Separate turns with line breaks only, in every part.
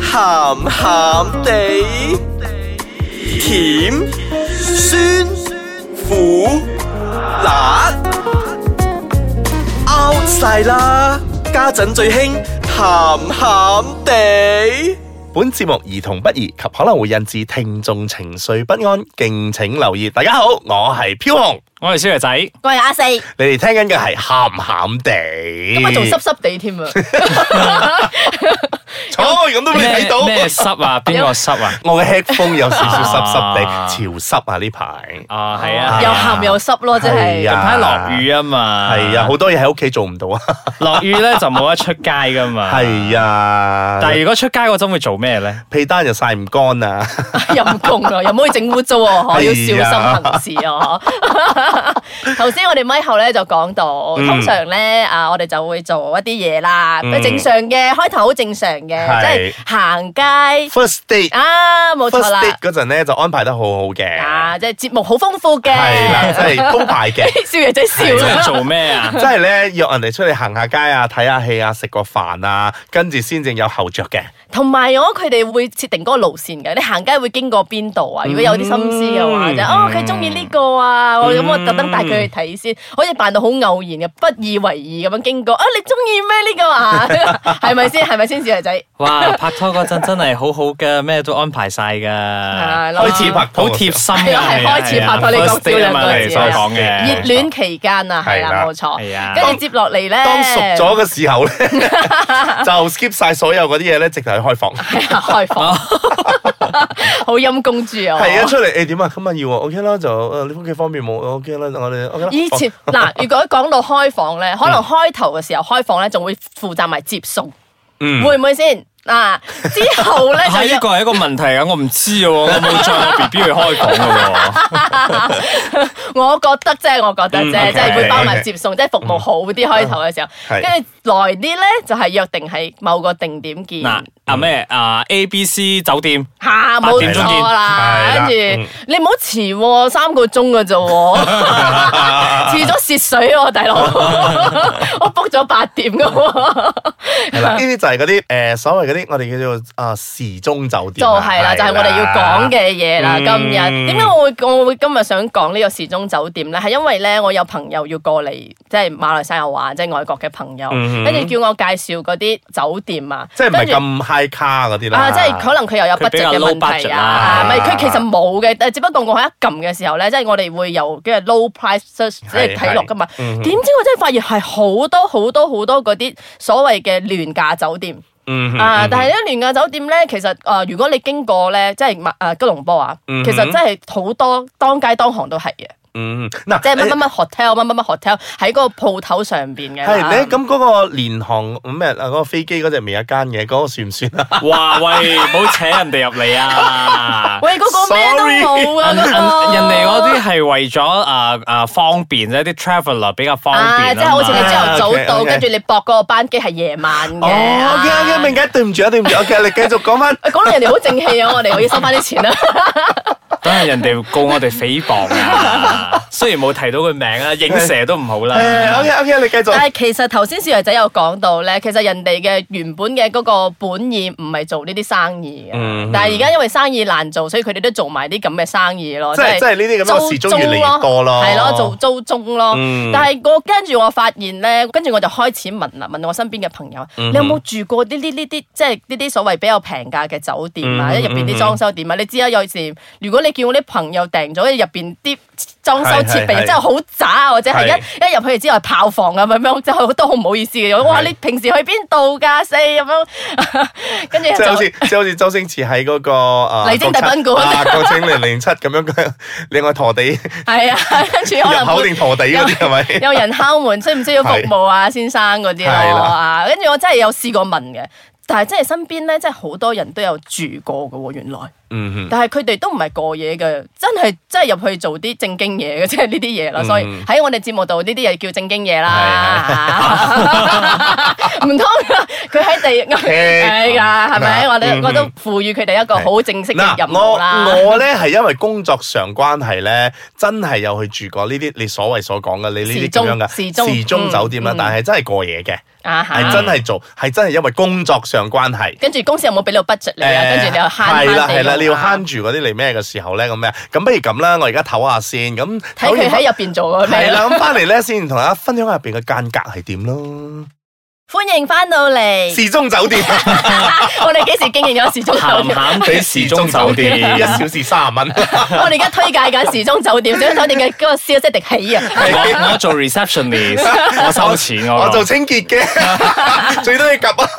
鹹鹹地，甜酸苦辣 out 晒啦！家陣最興鹹鹹地。
本節目兒童不宜及可能會引致聽眾情緒不安，敬請留意。大家好，我係飄紅，
我係小爺仔，
我係阿四，
你哋聽緊嘅係鹹鹹地。
今日仲濕濕 地添啊！
錯，哦咁都俾你睇到。
咩濕 啊？邊個濕啊？
我嘅 headphone 有少少濕濕地，
啊
潮濕啊呢排。
啊，係
哦
啊，
又鹹又濕咯，真
係
係
近
啊
排落雨啊嘛，
係啊，好多嘢喺屋企做唔到啊。
落雨咧就冇得出街噶嘛，
係啊，
但係如果出街嗰陣會做咩 咧？
被單又曬唔乾啊。
陰公啊，又唔可以整污糟喎，
哎
嗬要
呀
小心行事啊！嗬 頭先我哋咪後咧就講到，
嗯
通常咧啊，我哋就會做一啲嘢啦，
嗯
正常嘅，開頭好正常嘅，即
係
係行街
First date。
啊，冇錯
First
啦
date 嗰陣咧就安排得好好嘅，
啊，即係節目好豐富嘅，
係啦，即係鋪排嘅。
少爺仔笑
即係
啦，
做咩 啊？
即係咧約人哋出嚟行下街啊，睇下戲啊，食個飯啊，跟住先正有後着嘅。
同埋我佢哋會設定嗰個路線嘅，你行街會經過邊度啊？如果有啲心思嘅話
嗯
就哦佢中意呢個啊，我咁我特登帶佢去睇先，好似扮到好偶然嘅，不以為意咁樣經過啊！你中意咩呢個啊？ 係咪先？係咪先，小爺仔？
哇！拍拖嗰陣真係好好噶，咩都安排晒噶，
係咯
開始拍
好貼心
係
㗎
啊係開始拍拖你講
First date 啊嘛
少兩個
你
字
所
啊
講
熱
熱
嘅
戀期間啊，係
係啦
啦，冇錯
係啊。
跟住接落嚟咧，
當熟咗嘅時候咧， 就 skip 晒所有嗰啲嘢咧，直頭去開房。
係啊， 開放， 好陰公主啊！
哦係啊，出嚟誒點啊？今日要啊，OK 啦，就誒你屋企方面冇 OK 啦，我哋 OK 啦。
以前嗱，如果講到開房咧，可能開頭嘅時候開房咧，仲會負責埋接送，
嗯
會唔會先？嗱，之後 咧
係
就
啊呢
要
個係一個問題啊！我唔知喎，我冇載我 B B 去開房 噶
我覺得啫，我覺得
嗯，OK，嗯
啫，即係會包埋
OK
接送，即係服務好啲開頭嘅時候，
係
跟住耐啲咧就係約定係某個定點見
喎。，嗱啊咩啊 A B C 酒店
嚇
八
冇
點鐘見
錯
係啦
啦，跟
嗯
住你唔好遲喎，三個鐘嘅啫 喎， 遲咗蝕水喎，大佬，我 book 咗八點嘅喎。
係啦，呢啲就係嗰啲誒所謂嗰啲我哋叫做啊時鐘酒
就
店啊。
係啦，就係我哋要講嘅嘢啦。
嗯
今日點解我會我會今日想講呢個時鐘酒店咧？係因為咧，我有朋友要過嚟，即係馬來西亞玩，即係外國嘅朋友
嗯哼，
跟住叫我介紹嗰啲酒店啊，
即係唔
跟
係
住
咁 high 卡嗰啲啦。
啊，即係可能佢又有
佢比
budget
較
嘅
low
問題
budget
啊
啦
啊，唔係佢其實冇嘅，但係只不過我喺一撳嘅時候咧，即係我哋會由嘅 low price search 即係睇落噶嘛。
係嗯
點知我真係發現係好多好多好多嗰啲所謂嘅廉價酒店。
嗯哼
啊！但係咧，廉價酒店咧，其實啊、呃如果你經過咧，即係麥啊吉隆坡啊，
嗯哼
其實真係好多當街當行都係嘅，
嗯嗱，
啊即係乜乜乜 hotel 乜乜乜 hotel 喺嗰個鋪頭上邊嘅。
係你咁嗰個連航咩啊？嗰個飛機嗰隻咪有一間嘢，嗰個算唔算啊？
哇喂，唔好扯人哋入嚟啊！
喂，嗰個咩都
Sorry
冇啊！
人人
嗰個
人哋嗰啲係為咗啊啊方便啫，啲 traveller 比較方
啊，
便
即係好似你朝頭早
啊
到，
，OK，OK
跟住你駁嗰個班機係夜晚嘅。
哦，OK
啊
OK，明解，對唔住啊，對唔 住，OK，你繼續講翻。
講到人哋好正氣啊！我哋我要收翻啲錢啦。
等下人哋告我哋誹謗 啊！雖然冇提到佢名啊，影射都唔好 啦。
誒，OK OK，你繼
但
續。
係其實頭先小爺仔有講到咧，其實人哋嘅原本嘅嗰個本意唔係做呢啲生意嘅，
嗯
但係而家因為生意難做，所以佢哋都做埋啲咁嘅生意咯，
即係即係呢啲咁嘅
租
時鐘越嚟越多咯
係咯，做租鐘咯。
嗯
但係我跟住我發現咧，跟住我就開始問啦，問我身邊嘅朋友，
嗯哼
你有冇住過呢啲呢啲即係呢啲所謂比較平價嘅酒店啊？
嗯
即係入邊
嗯
啲裝修點啊？你知啦，有時如果你叫我啲朋友訂咗入邊啲裝修設
係係係
備真係好渣，或者係
係
一一入去之後係炮房啊咁樣，真係都好唔好意思嘅。哇！
係
你平時去邊度㗎？四咁樣， 跟住
即係好
就
似即係好似周星馳喺嗰個啊
麗晶大賓館
啊國清零零七咁樣， 另外陀地
係啊， 跟住可
入
能
口
會
定陀地嗰啲係咪？
有人敲門，需唔需要服務啊，先生嗰啲
係
咯
啦
啊？跟住我真係有試過問嘅，但係真係身邊咧，真係好多人都有住過嘅喎，原來。
嗯
但係佢哋都唔係過夜嘅，真係真係入去做啲正經嘢嘅，即係呢啲嘢啦。所以
嗯
喺我哋節目度呢啲嘢叫正經嘢
係
啦。 唔通佢喺 地係㗎？係咪？
嗱
我
嗯
哋我都賦予佢哋一個好正式嘅任
嗱，
務啦。
我我咧係因為工作上關係咧，真係有去住過呢啲你所謂所講嘅你呢啲咁樣嘅
時鐘時鐘
時鐘酒店啦，
嗯嗯
但係真係過夜嘅，
啊哈
係真係做，係真係因為工作上關係。
跟住公司有冇俾你個 budget 你啊？
誒
跟住你又慳慳
係
地
啦係啦，
用
你要
啊
慳住嗰啲嚟咩嘅時候咧咁咩？咁不如咁啦，我而家唞下先，咁
睇佢喺入邊做嘅咩
係
啦。
啦，咁翻嚟咧先同大家分享下入邊嘅間隔係點 咯。
歡迎翻到嚟，
時鐘酒店
我哋幾時經營咗時鐘酒
鹹
店？
鹹地時鐘 酒
一
店。
小時三十蚊，
我哋而家推介緊時鐘酒店，時鐘酒店嘅嗰個消息迪起啊！
我我做 receptionist，我收錢我
我做清潔 嘅，最多要夾啊！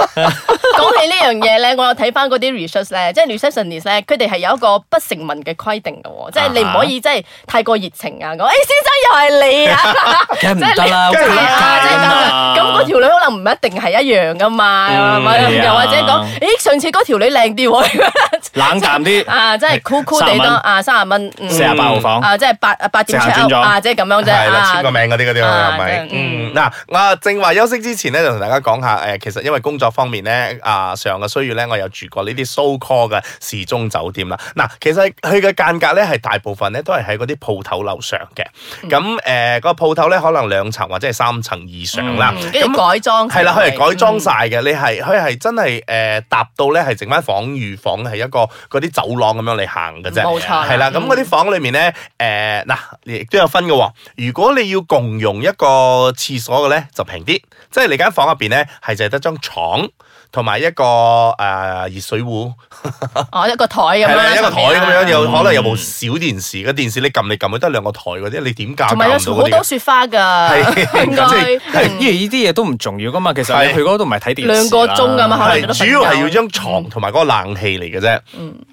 講起呢樣嘢咧，我有睇翻嗰啲 research 咧，即係 receptionist 咧，佢哋係有一個不成文嘅規定嘅喎，即係你唔可以即係太過熱情啊！講，誒、先生又係你啊，
梗係唔得啦，好尷
係
係
尬
啊，即係咁
啊
啊！咁嗰條女可能唔一定係一樣噶嘛，
嗯係
又
啊
或者講，誒上次嗰條女靚啲喎，
冷淡啲，
啊，真係酷酷地
30
多
蚊
啊，三十蚊，嗯
四十八號房。
啊，即係八啊八點
即刻
check
轉
out
咗
啊，即係咁樣啫
係啦，簽個
啊。
名嗰啲嗰啲
啊
係咪
真係？
嗯，嗱，我正話休息之前咧，就同大家講下誒，其實因為工作方面咧，啊上個需要咧，我有住過呢啲 so call 嘅時鐘酒店啦。嗱，其實佢嘅間隔咧係大部分咧都係喺嗰啲鋪頭樓上嘅，咁誒個鋪頭咧可能兩層或者係三層以上啦
嗯，跟
咁
住。改裝
係啦，佢係改裝
嗯
晒嘅，你係佢係真係誒搭到咧，係剩翻房與房係一個嗰啲走廊咁樣嚟行嘅啫。
冇錯啦嗯
係啦，咁嗰啲房裏面咧，誒、嗱，亦都有分嘅喎。如果你要共用一個廁所嘅咧，就平啲，即係你間房入邊咧係就係得張床同埋一個誒、呃、熱水壺，
哦一個台咁
係啦，
樣，啊
一個台咁樣，有
嗯
可能有部小電視，個電視你撳嚟撳去得兩個台嗰啲，你點啊教教
同
唔
埋
到
有
嗰
好
啲嘅
多？雪花噶，
係
應
即係
該
因為呢啲嘢都唔重要噶嘛，其實
係
你去嗰度唔係睇電視啦
兩個鐘㗎嘛可能
係
你都
主
瞓
要係
覺嗯
要張床同埋嗰個冷氣嚟嘅啫。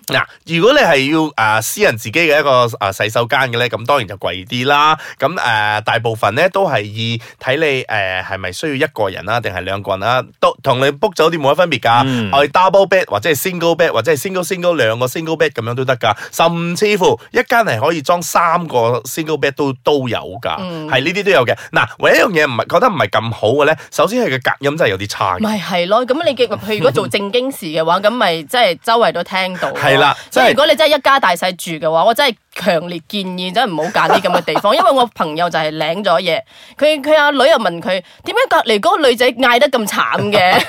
嗱，如果你係要啊、私人自己嘅一個啊、洗手間嘅咧，咁當然就貴啲啦。咁誒、啊大部分咧都係以睇你誒係咪需要一個人啦，定係兩個人啦，都同你 book 酒店冇乜分別㗎。
嗯
我哋 double bed 或者係 single bed 或者係 single single 兩個 single bed 咁樣都得㗎，甚至乎一間係可以裝三個 single bed 都都有㗎，
嗯
係呢啲都有嘅。嗱，唯一一樣嘢唔係覺得唔係咁好嘅咧，首先係個隔音真係有啲差嘅。
咪係咯，咁你嘅佢如果做正經事嘅話，咁咪即係周圍都聽到咯。
係啦
即係
即係
如果你真係一家大細住嘅話，我真係強烈建議真係唔好揀啲咁嘅地 方，因為我朋友就係領咗嘢，佢佢阿女又問佢點解隔離嗰個女仔嗌得咁 慘嘅，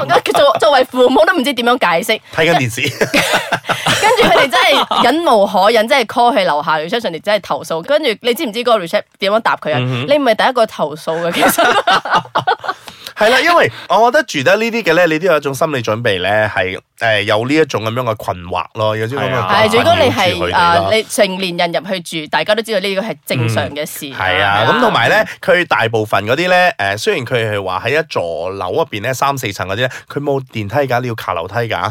我都作作為父母都唔知點樣解釋。
睇緊電視，
跟住佢哋真係忍無可忍，真係 call 去樓下 reception，你真係投訴。跟住你知唔知嗰個 reception 點樣答佢啊？
嗯
你唔係第一個投訴嘅，其實
係啦，因為 我覺得住得呢啲嘅咧，你都有一種心理準備咧，係誒、呃有呢一種咁樣嘅困惑咯，有種咁
係啊
嘅
係。
困
如果你
擾住佢
係
哋
啊
咯，。
你成年人入去住，大家都知道呢個係正常嘅事。
係啊，咁同埋咧，佢大部分嗰啲咧，誒雖然佢係話喺一座樓入邊咧三四層嗰啲咧，佢冇電梯㗎，你要爬樓梯㗎。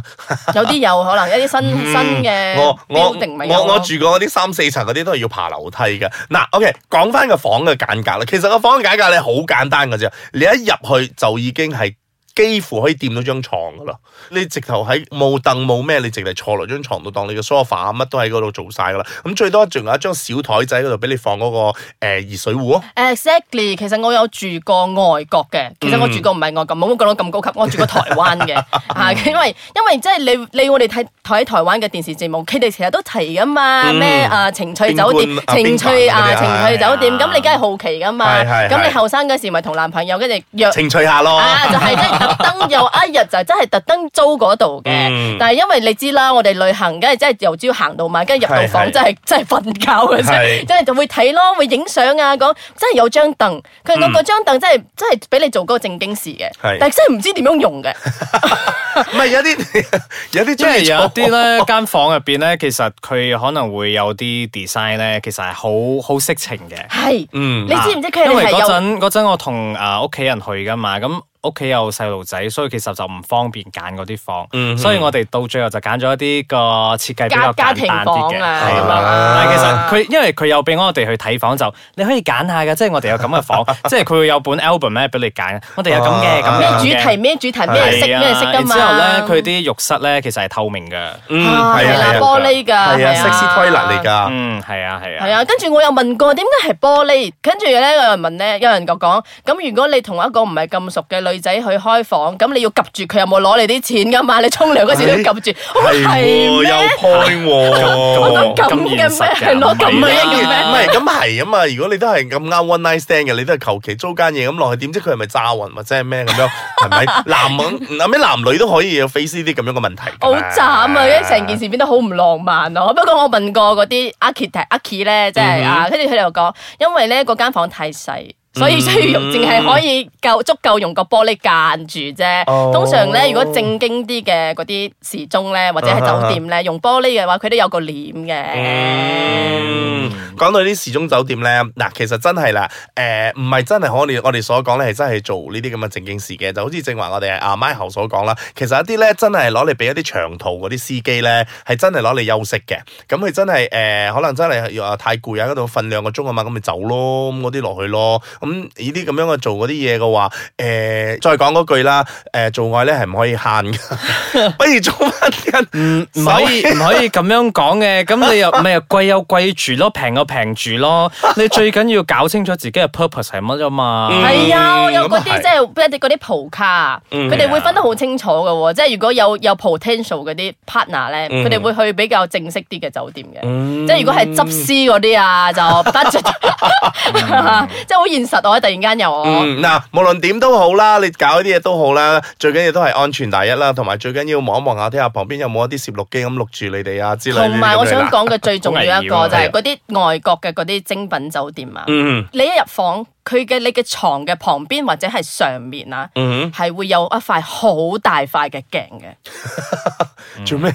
有啲有可能一啲新新嘅
嗯我我
building 咪有啊
我
咯
我住過嗰啲三四層嗰啲都係要爬樓梯嘅。嗱，OK，講翻個房嘅間隔啦。其實個房嘅間隔咧好簡單嘅啫，你一入去就已經係。幾乎可以掂到張床噶啦，你直頭喺冇凳冇咩，你直嚟坐落張床度當你嘅 sofa 乜都喺嗰度做晒噶啦。咁最多仲有一張小台仔嗰度俾你放嗰、個誒、呃、熱水壺咯。
啊 Exactly，其實我有住過外國嘅，其
嗯
實我住過唔係外國，冇講到咁高級，我住過台灣 嘅，啊，
嗯
因為因為即係你你我哋睇睇台灣嘅電視節目，佢哋成日都提噶嘛，
嗯
咩啊情趣酒店
冰、冠啊
情趣啊
冰
情
棍嗰啲
趣酒店，
啊
咁你梗係好奇噶嘛，
係係係
咁你後生嗰時咪同男朋友跟住約。
情趣下咯，
啊，就係即係特登有一日就真係特登租嗰度嘅
嗯，
但係因為你知啦，我哋旅行梗係真係由朝行到晚，跟住入到
係
房
係
真係真係瞓覺嘅啫，
係
真係就會睇咯，會影相啊，講真係有張凳，佢講
嗯
嗰張凳真係真係俾你做嗰個正經事嘅
係，
但係真係唔知點樣用嘅，
唔係有啲 有啲
因
中
為
意
有
坐
一啲 咧，間房入邊咧，其實佢可能會有啲 design 咧，其實係好好色情嘅。啊
係
嗯
你知唔知佢
因為
哋係
嗰
有？
陣嗰陣我同啊屋企人去噶嘛，咁屋企有細路仔，所以其實就唔方便揀嗰啲房，
嗯
所以我哋到最後就揀咗一啲個設計比
家
較
家
簡
庭
單
房
啲嘅，
啊，
係啦。但係其實佢因為佢有俾我哋去睇房，就你可以揀下嘅，即係我哋有咁嘅房， 即係佢會有本 album 咧俾你揀，我哋有咁嘅咁
咩
樣嘅
主題咩主題咩色
係啊
咩色噶嘛？
然之後咧，佢啲浴室咧其實係透明嘅。
嗯
啊
係
係啦
啊係啊
玻璃㗎，
係啊，sexy toilet 嚟㗎。
嗯，係啊，係啊。
係啊，跟住我又問過點解係玻璃，跟住咧有人問咧，有人就講咁如果你同一個唔係咁熟嘅女女仔去開房，咁你要及住佢有冇攞你啲錢噶嘛？你沖涼嗰時都要及住，啊我話
係
係
喎，有
咩？
point 喎。
咁
哦咁
嘅
現實
咩係咯咁
唔
嘅
係
咩
啊，唔
叫咩
係咁係啊嘛！如果你都係咁啱 one night stand 嘅，你都係求其租間嘢咁落去，點知佢係咪炸暈或者係咩咁樣？係 咪男啊咩男女都可以有 face 呢啲咁樣嘅問題㗎嘛？
好慘啊！因為成件事變得好唔浪漫咯。不過我問過嗰啲 architect、archi 咧，即
嗯
係啊，跟住佢哋又講，因為咧嗰間房太細。所
嗯
以需要用，淨係可以夠足夠用個玻璃間住啫。
哦啊
通常咧，如果正經啲嘅嗰啲時鐘咧，或者係酒店咧，用玻璃嘅話，佢都有個簾嘅。
嗯，講到呢啲時鐘酒店咧，嗱，其實真係啦，誒唔係真係可我哋我哋所講咧，係真係做呢啲咁嘅正經事嘅，就好似正話我哋阿 Michael 所講啦，其實一啲咧真係攞嚟俾一啲長途嗰啲司機咧，係真係攞嚟休息嘅，咁佢真係誒、可能真係啊太攰啊，喺度瞓兩個鐘啊嘛，咁咪走咯，咁嗰啲落去咯，咁呢啲咁樣嘅做嗰啲嘢嘅話，誒、再講嗰句啦，誒、做愛咧係唔可以慳嘅，不如做翻啲人嗯
唔可 以唔可以咁樣講嘅，咁 你又咪又貴有貴住咯，平有平住咯，你最緊要搞清楚自己嘅 purpose 係乜啫嘛。
嗯
係啊，我有
咁
嗰
啊
啲
係
即係即係嗰啲蒲卡，
嗯
佢哋會分得好清楚嘅喎。即係如果有有 potential 嗰啲 partner 咧，
嗯
佢哋會去比較正式啲嘅酒店嘅。
嗯
即係如果係執師嗰啲啊，就 budget，即係好現實我突然間有我。
嗯，嗱，無論點都好啦，你搞呢啲嘢都好啦，最緊要都係安全第一啦，同埋最緊要望一望下，睇下旁邊有冇一啲攝錄機咁錄住你哋啊之類。
同埋我想，講嘅最重要一
啊
個就係
好
嗰啲外國嘅嗰啲精品酒店啊，
嗯
你一入房，佢嘅你嘅床嘅旁邊或者係上面啊，
嗯
係會有一塊好大塊嘅鏡嘅。嗯
哼，做咩？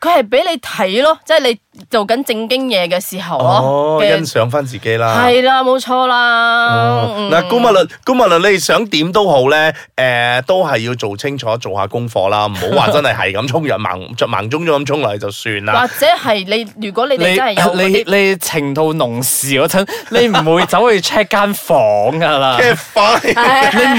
佢係俾你睇咯，即係你做緊正經嘢嘅時候
哦
咯，，
欣
嘅
賞翻自己
啊
啦。
係啦，冇錯啦。
哦
嗯
嗱，姑勿論，姑勿論，你哋想點都好咧，誒，都係要做清楚，做下功課啦，唔好話真係係咁衝入盲着盲中咗咁衝落去就算啦
或。者係你，如果你哋真係有
你
嗰
你
啲
你情到濃時嗰陣，你唔會走去 check 間房噶 啦。
嘅快，
唉
你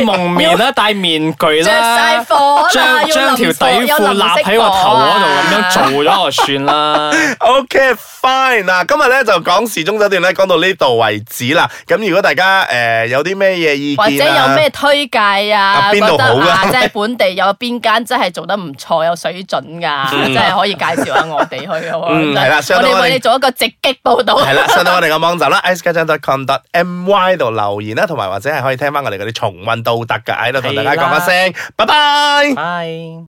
蒙你蒙面啦，戴面具
着晒
啦，
火啦，
將
要
將條底
淋火啊有
褲
淋
立
熄
喺個頭嗰
火啊
度咁樣做咗就算啦。
OK fine 嗱，今日咧就講時鐘酒店咧，講到呢度為止啦。咁如果大家誒、呃有啲咩嘢意見啊
或者有咩推介啊？
啊邊
覺
度
得
好啊
啊，即係本地有邊間真係做得唔錯，有水準㗎，真係可以介紹下我哋去喎。
嗯
真係
係啦相
我
當
哋為你做一個直擊報導。
係啦， 上到我哋嘅網站啦 i c e g a j a c o m m y 度留言啦，同埋或者係可以聽翻我哋嗰啲重温都得㗎。喺度同大家講一聲，拜拜。
拜。